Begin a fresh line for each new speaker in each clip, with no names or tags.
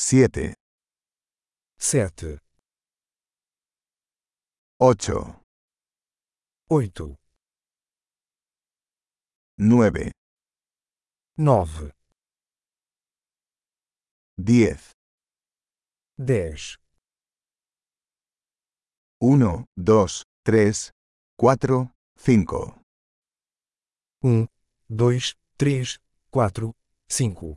7,
7,
8,
8,
9,
9,
10,
10,
1, 2, 3, 4, 5,
1, 2, 3, 4, 5.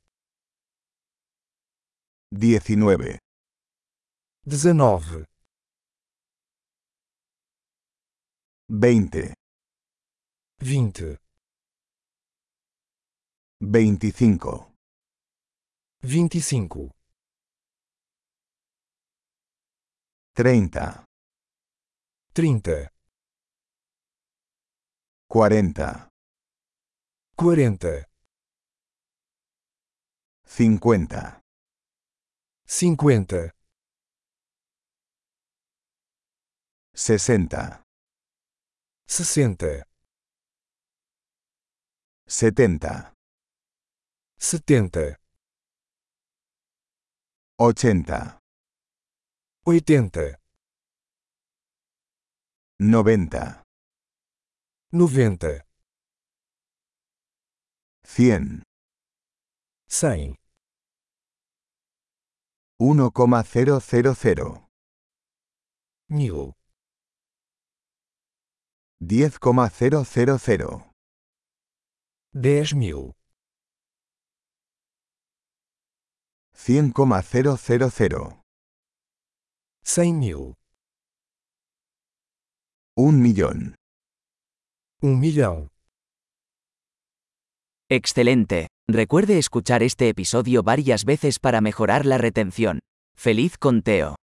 19,
19,
20,
20,
25,
25,
30,
30,
40,
40,
50,
50,
60,
60,
70,
70,
80,
80,
90,
90,
100,
100,
1,000,
1000,
10,000,
10.000,
100,000,
100.000,
1 millón.
1 milhão.
Excelente. Recuerde escuchar este episodio varias veces para mejorar la retención. ¡Feliz conteo!